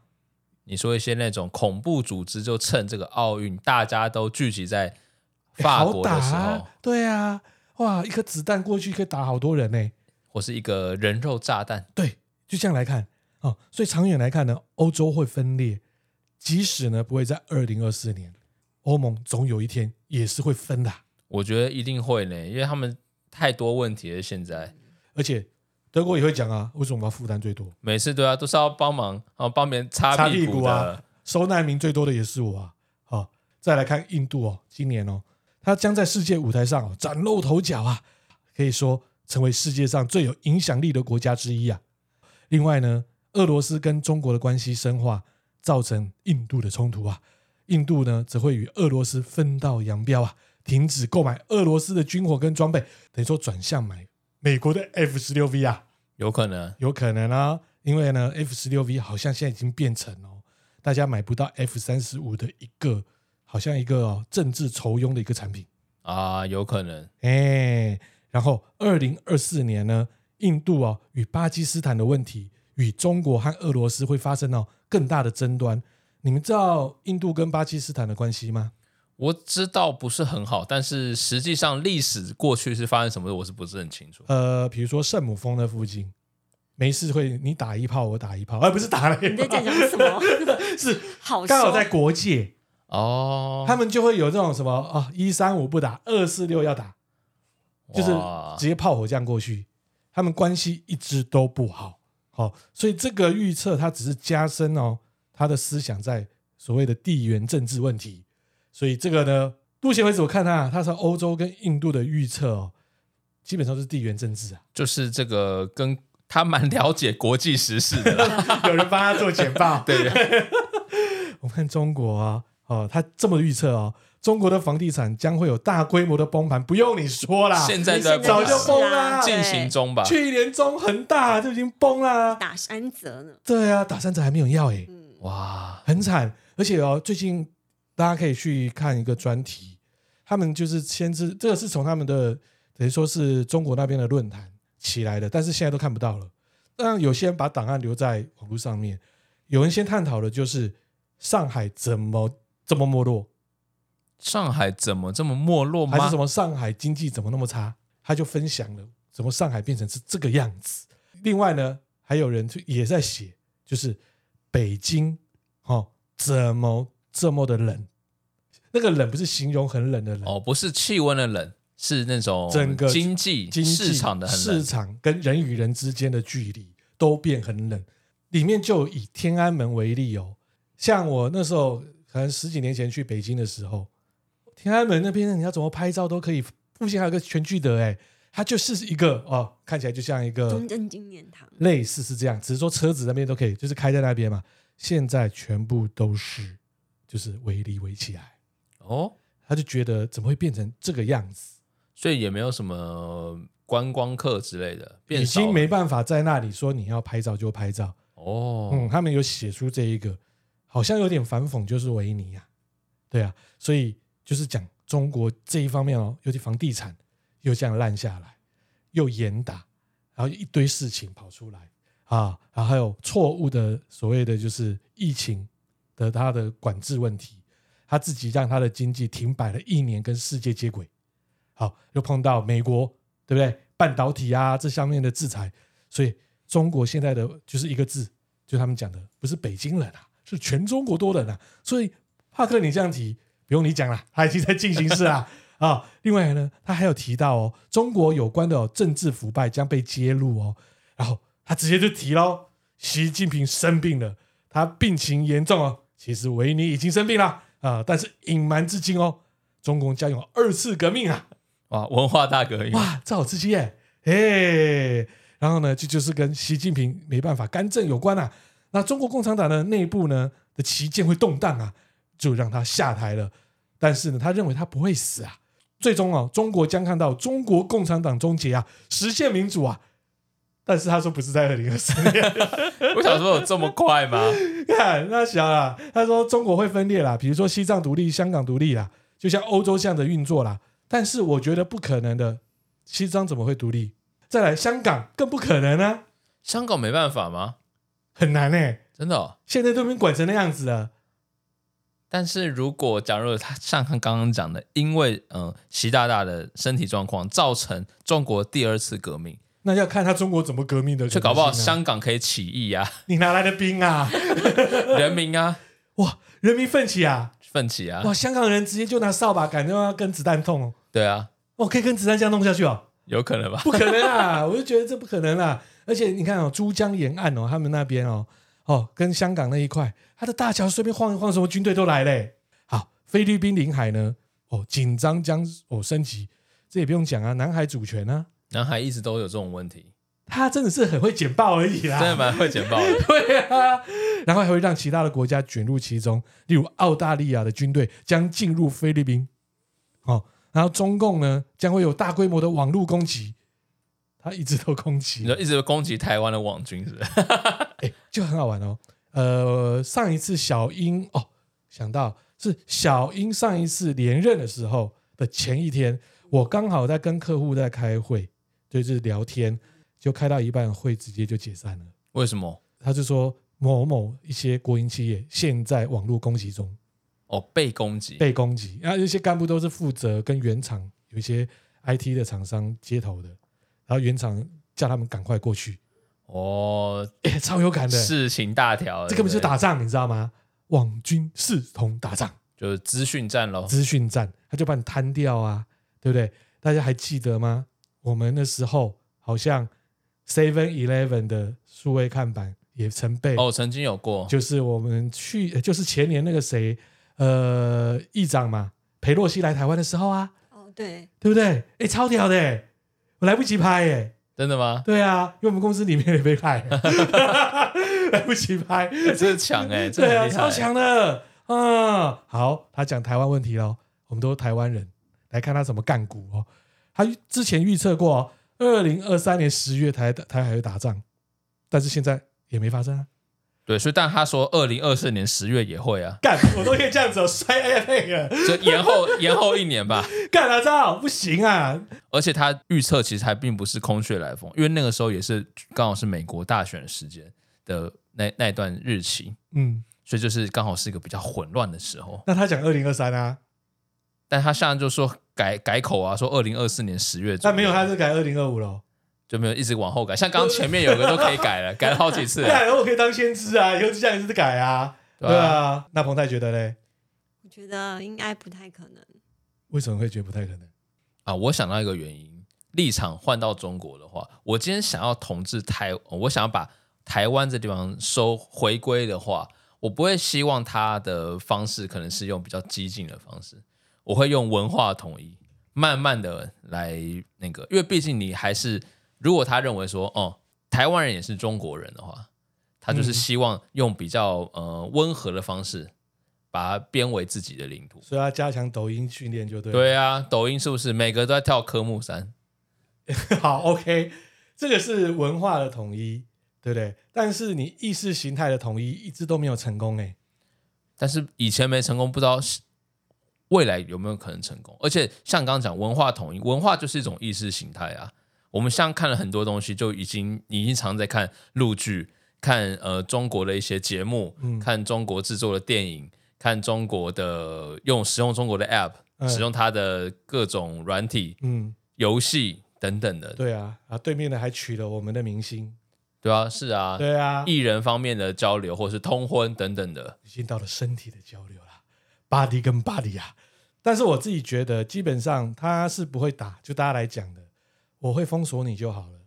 你说一些那种恐怖组织就趁这个奥运，大家都聚集在诶法好国打的时候，啊，对啊，哇，一颗子弹过去可以打好多人呢、或是一个人肉炸弹，对，就这样来看啊、哦，所以长远来看呢，欧洲会分裂，即使呢不会在二零二四年，欧盟总有一天也是会分的啊、我觉得一定会呢，因为他们太多问题了，现在而且德国也会讲啊，为什么我们要负担最多？每次对啊都是要帮忙啊帮别人擦擦屁屁股的，啊收难民最多的也是我啊。好、再来看印度哦，今年哦，它将在世界舞台上、哦、崭露头角啊，可以说成为世界上最有影响力的国家之一啊。另外呢，俄罗斯跟中国的关系深化，造成印度的冲突啊。印度呢，则会与俄罗斯分道扬镳啊，停止购买俄罗斯的军火跟装备，等于说转向买美国的 F 十六 V 啊。有可能有可能啊，因为呢，F 十六 V 好像现在已经变成哦，大家买不到 F 三十五的一个，好像一个、哦、政治仇庸的一个产品。啊，有可能哎，然后二零二四年呢，印度哦与巴基斯坦的问题与中国和俄罗斯会发生哦更大的争端。你们知道印度跟巴基斯坦的关系吗？我知道不是很好，但是实际上历史过去是发生什么，我是不是很清楚？呃，比如说圣母峰那附近，没事会你打一炮我打一炮，哎而、不是打雷你在讲什么？ 是好刚好说，在国界。哦，他们就会有这种什么啊，一三五不打，二四六要打，就是哇直接炮火酱过去。他们关系一直都不好，好、所以这个预测它只是加深哦，他的思想在所谓的地缘政治问题。所以这个呢，目前为止我看啊他，他是欧洲跟印度的预测哦，基本上是地缘政治啊。就是这个跟他蛮了解国际时事的啦，有人帮他做 简报，对， 我们看中国啊，哦，他这么预测哦，中国的房地产将会有大规模的崩盘，不用你说啦，现在在现在早就就是疯欸啊啦进行中吧。去年中恒大就已经崩啦。打山泽呢。对啊，打三折还没有药哎、嗯，哇，很惨。而且哦，最近大家可以去看一个专题，他们就是先知，这个是从他们的等于说是中国那边的论坛起来的，但是现在都看不到了。那有些人把档案留在网络上面，有人先探讨的就是上海怎么这么没落，上海怎么这么没落还吗是什？么上海经济怎么那么差？他就分享了怎么上海变成是这个样子。另外呢，还有人就也在写，就是北京哦，怎么这么的冷？那个冷不是形容很冷的冷，哦，不是气温的冷，是那种整个经济经济市场的很市冷。场跟人与人之间的距离都变很冷。里面就以天安门为例哦，像我那时候可能十几年前去北京的时候，天安门那边你要怎么拍照都可以，附近还有个全聚德、欸，哎，它就是一个哦，看起来就像一呃个中正纪念堂嗯类似是这样，只是说车子那边都可以，就是开在那边嘛。现在全部都是就是围篱围起来，哦，他就觉得怎么会变成这个样子？所以也没有什么观光客之类的，变已少了经没办法在那里说你要拍照就拍照。哦，嗯，他们有写出这一个，好像有点反讽，就是维尼啊，对啊，所以就是讲中国这一方面哦，尤其房地产又这样烂下来，又严打，然后一堆事情跑出来啊，然后还有错误的所谓的就是疫情的它的管制问题，他自己让他的经济停摆了一年，跟世界接轨，好，又碰到美国，对不对？半导体啊这方面的制裁，所以中国现在的就是一个字，就他们讲的不是北京人啊，是全中国多人啊。所以帕克你这样提，不用你讲了，他已经在进行式啦。啊， 另外呢，他还有提到哦，中国有关的、哦、政治腐败将被揭露哦，然后他直接就提喽，习近平生病了，他病情严重哦，其实维尼已经生病了啊、但是隐瞒至今哦，中共将有二次革命啊，哇，文化大革命，哇，这好刺激耶！哎、然后呢，这就是跟习近平没办法干政有关啊。那中国共产党的内部呢的旗舰会动荡啊，就让他下台了。但是呢，他认为他不会死啊。最终哦，中国将看到中国共产党终结啊，实现民主啊。但是他说不是在二零二四年，我想说有这么快吗？ 看那小啦，他说中国会分裂啦，比如说西藏独立、香港独立啦，就像欧洲这样的运作啦。但是我觉得不可能的，西藏怎么会独立？再来香港更不可能啊，香港没办法吗？很难哎、真的、哦。现在都被管成那样子了，但是如果假如他像他刚刚讲的，因为嗯、呃习大大的身体状况造成中国第二次革命，那要看他中国怎么革命的可能性所啊、以搞不好香港可以起 义啊，你哪来的兵啊？人民啊，哇，人民奋起啊！奋起啊，哇，香港人直接就拿扫把感觉要跟子弹痛哦，对啊，哦，可以跟子弹这样弄下去哦。有可能吧？不可能啊！我就觉得这不可能啊！而且你看哦，珠江沿岸哦，他们那边哦，哦，跟香港那一块，它的大桥随便晃一晃，什么军队都来嘞。好，菲律宾领海呢，哦，紧张将哦升级，这也不用讲啊，南海主权啊，男孩一直都有这种问题，他真的是很会简报而已啦，真的蛮会简报的。对啊，然后还会让其他的国家卷入其中，例如澳大利亚的军队将进入菲律宾，哦，然后中共呢将会有大规模的网络攻击，他一直都攻击，你就一直攻击台湾的网军是不是？哎、就很好玩哦。呃，上一次小英哦，想到是小英上一次连任的时候的前一天，我刚好在跟客户在开会，就是聊天，就开到一半，会直接就解散了。为什么？他就说某某一些国营企业现在网络攻击中哦，被攻击，被攻击，然后一些干部都是负责跟原厂有一些 IT 的厂商接头的，然后原厂叫他们赶快过去， 哦，哎、超有感的、事情大条了，这根本就是对不打仗，你知道吗？网军视同打仗，对就是资讯战喽。资讯战，他就把你摊掉啊，对不对？大家还记得吗？我们那时候好像 Seven Eleven 的数位看板也曾被，哦，曾经有过，就是我们去，呃就是前年那个谁，呃，议长嘛，裴洛西来台湾的时候啊，哦，对，对不对？哎，超屌的、我来不及拍耶、真的吗？对啊，因为我们公司里面也被拍、 来不及拍，这是强哎，这对啊，很厉害超强的啊！好，他讲台湾问题喽，我们都是台湾人，来看他怎么干股哦。他之前预测过哦二零二三年十月台台海会打仗，但是现在也没发生啊。对，所以但他说二零二四年十月也会啊，干，我都可以这样子、哦、摔 iPad 了，就延后延后一年吧。 干哪招不行啊！而且他预测其实还并不是空穴来风，因为那个时候也是刚好是美国大选时间的那那段日期，嗯，所以就是刚好是一个比较混乱的时候。那他讲二零二三啊，但他现在就说改改口啊，说二零二四年十月左那右，没有，他是改二零二五喽。就没有一直往后改，像刚刚前面有个都可以改了，改了好几次 了。干，我可以当先知啊，以后就这样子改啊。对对啊啊，那彭泰觉得嘞，我觉得应该不太可能。为什么会觉得不太可能？啊，我想到一个原因，立场换到中国的话，我今天想要统治台，我想要把台湾这地方收回归的话，我不会希望他的方式可能是用比较激进的方式，我会用文化统一，慢慢的来那个，因为毕竟你还是，如果他认为说，哦，台湾人也是中国人的话，他就是希望用比较呃温和的方式，把它编为自己的领土。所以要加强抖音训练就对了。对啊，抖音是不是每个都在跳科目三？对， 好，OK，这个是文化的统一，对不对？但是你意识形态的统一一直都没有成功哎、但是以前没成功，不知道是未来有没有可能成功。而且像刚刚讲文化统一，文化就是一种意识形态啊。我们像看了很多东西，就已经你已经常在看陆剧，看呃中国的一些节目，嗯看中国制作的电影，看中国的用使用中国的 app，、嗯使用它的各种软体、嗯，游戏等等的，对啊，啊，对面的还娶了我们的明星，对啊，是啊，对啊，艺人方面的交流或是通婚等等的，已经到了身体的交流啦，body 跟 body 啊。但是我自己觉得，基本上他是不会打，就大家来讲的，我会封锁你就好了。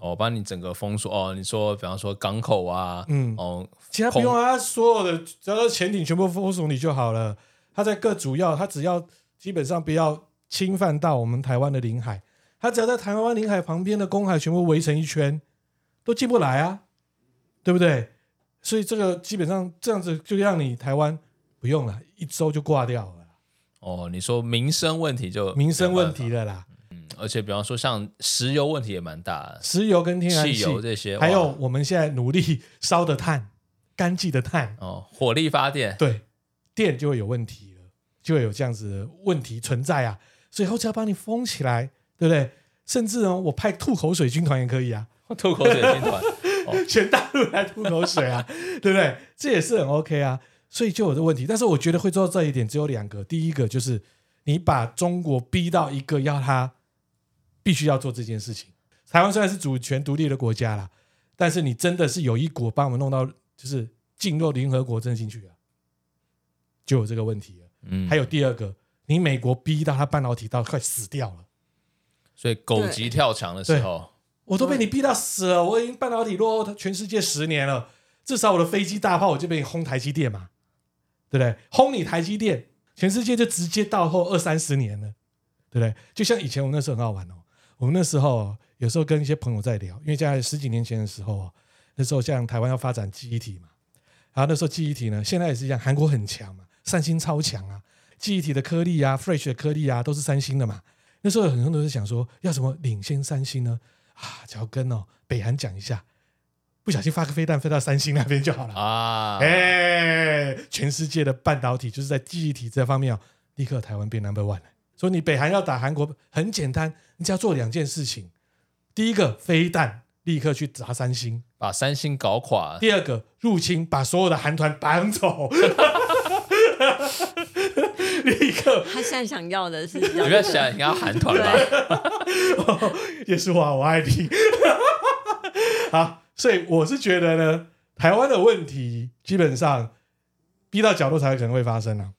哦，帮你整个封锁哦。你说，比方说港口啊，嗯，哦，其他不用啊，他所有的只要是潜艇全部封锁你就好了。他在各主要，他只要基本上不要侵犯到我们台湾的领海，他只要在台湾领海旁边的公海全部围成一圈，都进不来啊，对不对？所以这个基本上这样子就让你台湾不用了，一周就挂掉了。哦，你说民生问题就民生问题呃没有办了啦，法，而且比方说像石油问题也蛮大的，石油跟天然汽气，油这些，还有哇我们现在努力烧的碳，干净的碳，哦，火力发 电，对，电就会有问题了，就会有这样子的问题存在啊。所以后期要把你封起来，对不对？甚至呢，我派吐口水军团也可以啊，吐口水军团， 全大陆来吐口水啊，对不对？这也是很 OK 啊。所以就有这问题，但是我觉得会做到这一点只有两个，第一个就是你把中国逼到一个要他必须要做这件事情。台湾虽然是主权独立的国家啦，但是你真的是有一国把我们弄到就是进入联合国阵进去了，就有这个问题了。 嗯，还有第二个，你美国逼到他半导体到快死掉了。所以狗急跳墙的时候，我都被你逼到死了，我已经半导体落后全世界十年了，至少我的飞机大炮我就被你轰台积电嘛，对不对？轰你台积电，全世界就直接倒后二三十年了，对不对？就像以前我们那时候很好玩哦，我们那时候哦有时候跟一些朋友在聊，因为在十几年前的时候哦，那时候像台湾要发展记忆体嘛，然后那时候记忆体呢，现在也是一样，韩国很强嘛，三星超强啊，记忆体的颗粒啊，Flash 的颗粒啊，都是三星的嘛。那时候有很多人都是想说，要怎么领先三星呢？啊，只要跟哦北韩讲一下，不小心发个飞弹飞到三星那边就好了。啊，哎、全世界的半导体就是在记忆体这方面哦，立刻台湾变 number one 了。所以你北韩要打韩国很简单，你只要做两件事情：第一个飞弹立刻去砸三星；把三星搞垮，第二个入侵，把所有的韩团绑走， 立刻他现在想要的是这你样不要想你要韩团吧，哦也是我，我爱你。 好，所以我是觉得呢，台湾的问题基本上逼到角落才可能会发生啊。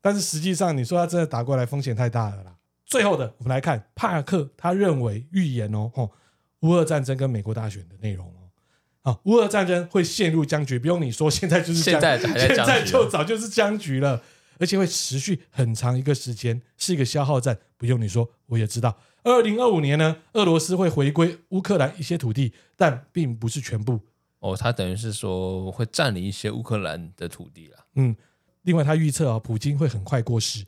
但是实际上，你说他真的打过来，风险太大了啦。最后的，我们来看帕克他认为预言哦，吼，乌俄战争跟美国大选的内容哦，啊，乌俄战争会陷入僵局，不用你说，现在就是僵现在还在现僵局啊在就早就是僵局了，而且会持续很长一个时间，是一个消耗战。不用你说，我也知道。二零二五年呢，俄罗斯会回归乌克兰一些土地，但并不是全部。哦，他等于是说会占领一些乌克兰的土地啦。嗯，另外他预测啊、普京会很快过世。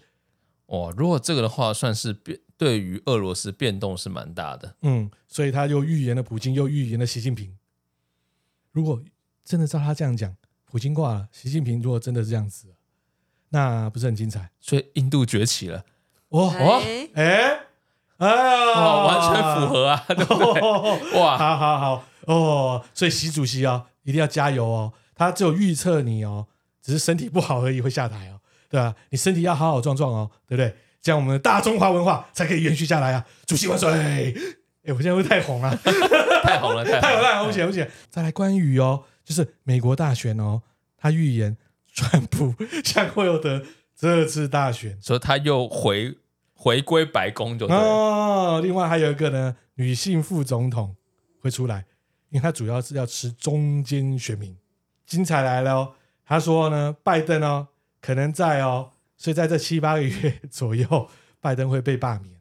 哦，如果这个的话，算是变对于俄罗斯变动是蛮大的。嗯，所以他又预言了普京，又预言了习近平。如果真的照他这样讲，普京挂了，习近平如果真的是这样子，那不是很精彩？所以印度崛起了，哦哦，哎哎哎呀，哦，完全符 合啊，对不对？哦 哇，好好好哦，所以习主席哦，一定要加油哦。他只有预测你哦，只是身体不好而已会下台哦，对吧、你身体要好好壮壮哦，对不对？这样我们的大中华文化才可以延续下来啊！主席万岁！哎，我现在会不会太红了、太红了， 太太红有了！烂风险，风险。再来关于哦，就是美国大选哦，他预言川普像霍尔德这次大选所以他又回回归白宫就对了，哦。另外还有一个呢，女性副总统会出来，因为她主要是要吃中间选民。精彩来了哦，他说呢，拜登哦，可能在哦，所以在这七八个月左右，拜登会被罢免。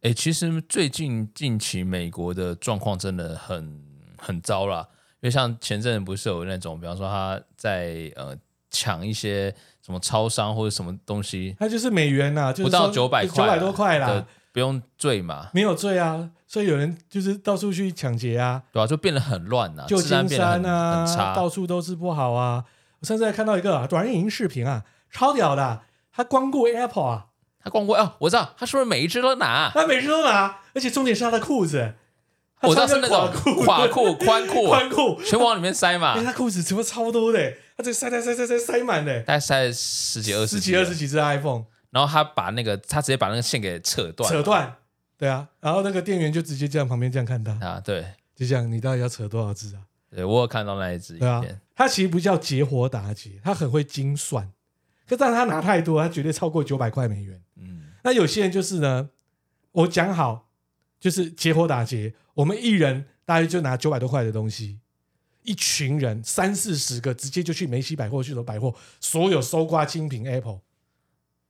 哎、其实最近近期美国的状况真的很很糟啦，因为像前阵子不是有那种，比方说他在呃抢一些什么超商或者什么东西，他就是美元呐、就是不到九九百九块，百多块啦的，，不用罪嘛，没有罪啊，所以有人就是到处去抢劫啊，对吧、就变得很乱呐、旧治安金变得山很很啊，差到。处都是不好啊。我甚至还看到一个、啊、短影音视频啊，超屌的啊，他光顾 Apple 啊，他逛过哦，我知道他是不是每一只都拿？他每次都拿，而且重点是他的裤子，他我知道穿个是那种垮垮裤、宽 裤，宽裤，全往里面塞嘛哎，，他裤子怎么超多的？他这塞塞塞塞塞塞满的，大概塞了十几二十十几二十几只 iPhone 然后他把那个他直接把那个线给扯断，扯断，对啊，然后那个店员就直接这样旁边这样看他，啊，对，就这样，你到底要扯多少只啊？对我有看到那一只影对啊片，，他其实不叫截活打劫，他很会精算，可但他拿太多，他绝对超过九百块美元。嗯，那有些人就是呢，我讲好就是结伙打劫，我们一人大约就拿九百多块的东西，一群人三四十个直接就去梅西百货、去走百货，所有搜刮精品 Apple，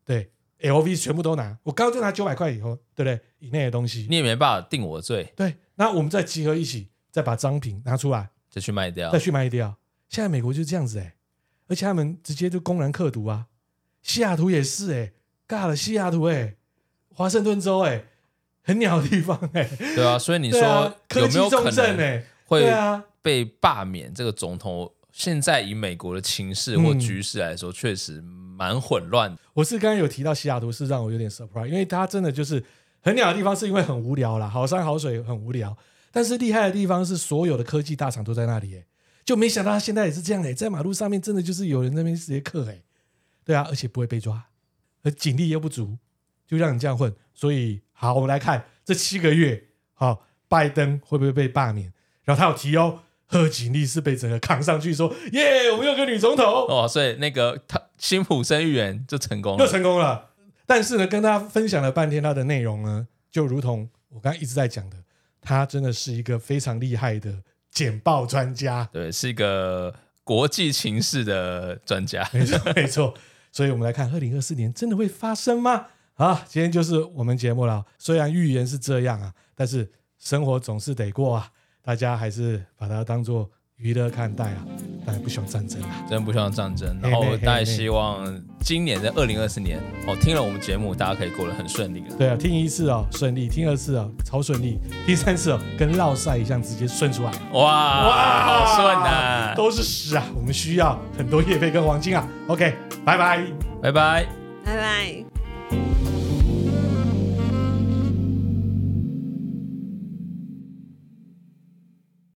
对 LV 全部都拿。我刚刚就拿九百块以后，对不对？以内的东西，你也没办法定我罪，对，那我们再集合一起，再把赃品拿出来，就去卖掉再，去卖掉。现在美国就是这样子哎、而且他们直接就公然克毒啊，西雅图也是哎、尬了西雅图哎、华盛顿州哎、很鸟的地方哎、对啊，所以你对啊说，科有技没有重可镇哎、能会对啊，被罢免？这个总统现在以美国的情势或嗯局势来说，确实蛮混乱的，我是刚刚有提到西雅图是让我有点 surprise，因为它真的就是很鸟的地方，是因为很无聊啦，好山好水很无聊。但是厉害的地方是所有的科技大厂都在那里、欸，就没想到它现在也是这样哎、在马路上面真的就是有人在那边直接刻哎、对啊，而且不会被抓，而警力又不足，就让你这样混。所以好，我们来看这七个月，好、拜登会不会被罢免？然后他有提哦，贺锦丽是被整个扛上去说，耶，我们有个女总统哦，所以那个他辛普森预言就成功又了，，成功了。但是呢，跟大家分享了半天它的内容呢，就如同我刚刚一直在讲的，他真的是一个非常厉害的简报专家 对，是一个国际情势的专家，没错没错。所以我们来看，二零二四年真的会发生吗？啊，今天就是我们节目了。虽然预言是这样啊，但是生活总是得过啊，大家还是把它当做娱乐看待啊，当然不喜欢战争啊。真不希望战争。嘿然后嘿嘿大家希望今年的二零二四年，哦，听了我们节目，大家可以过得很顺利了。对啊，听一次哦顺利，听二次哦超顺利，听三次哦跟绕赛一样直接顺出来。哇哇，好顺啊！都是屎啊！我们需要很多叶配跟黄金啊。OK，拜拜。拜拜。拜拜。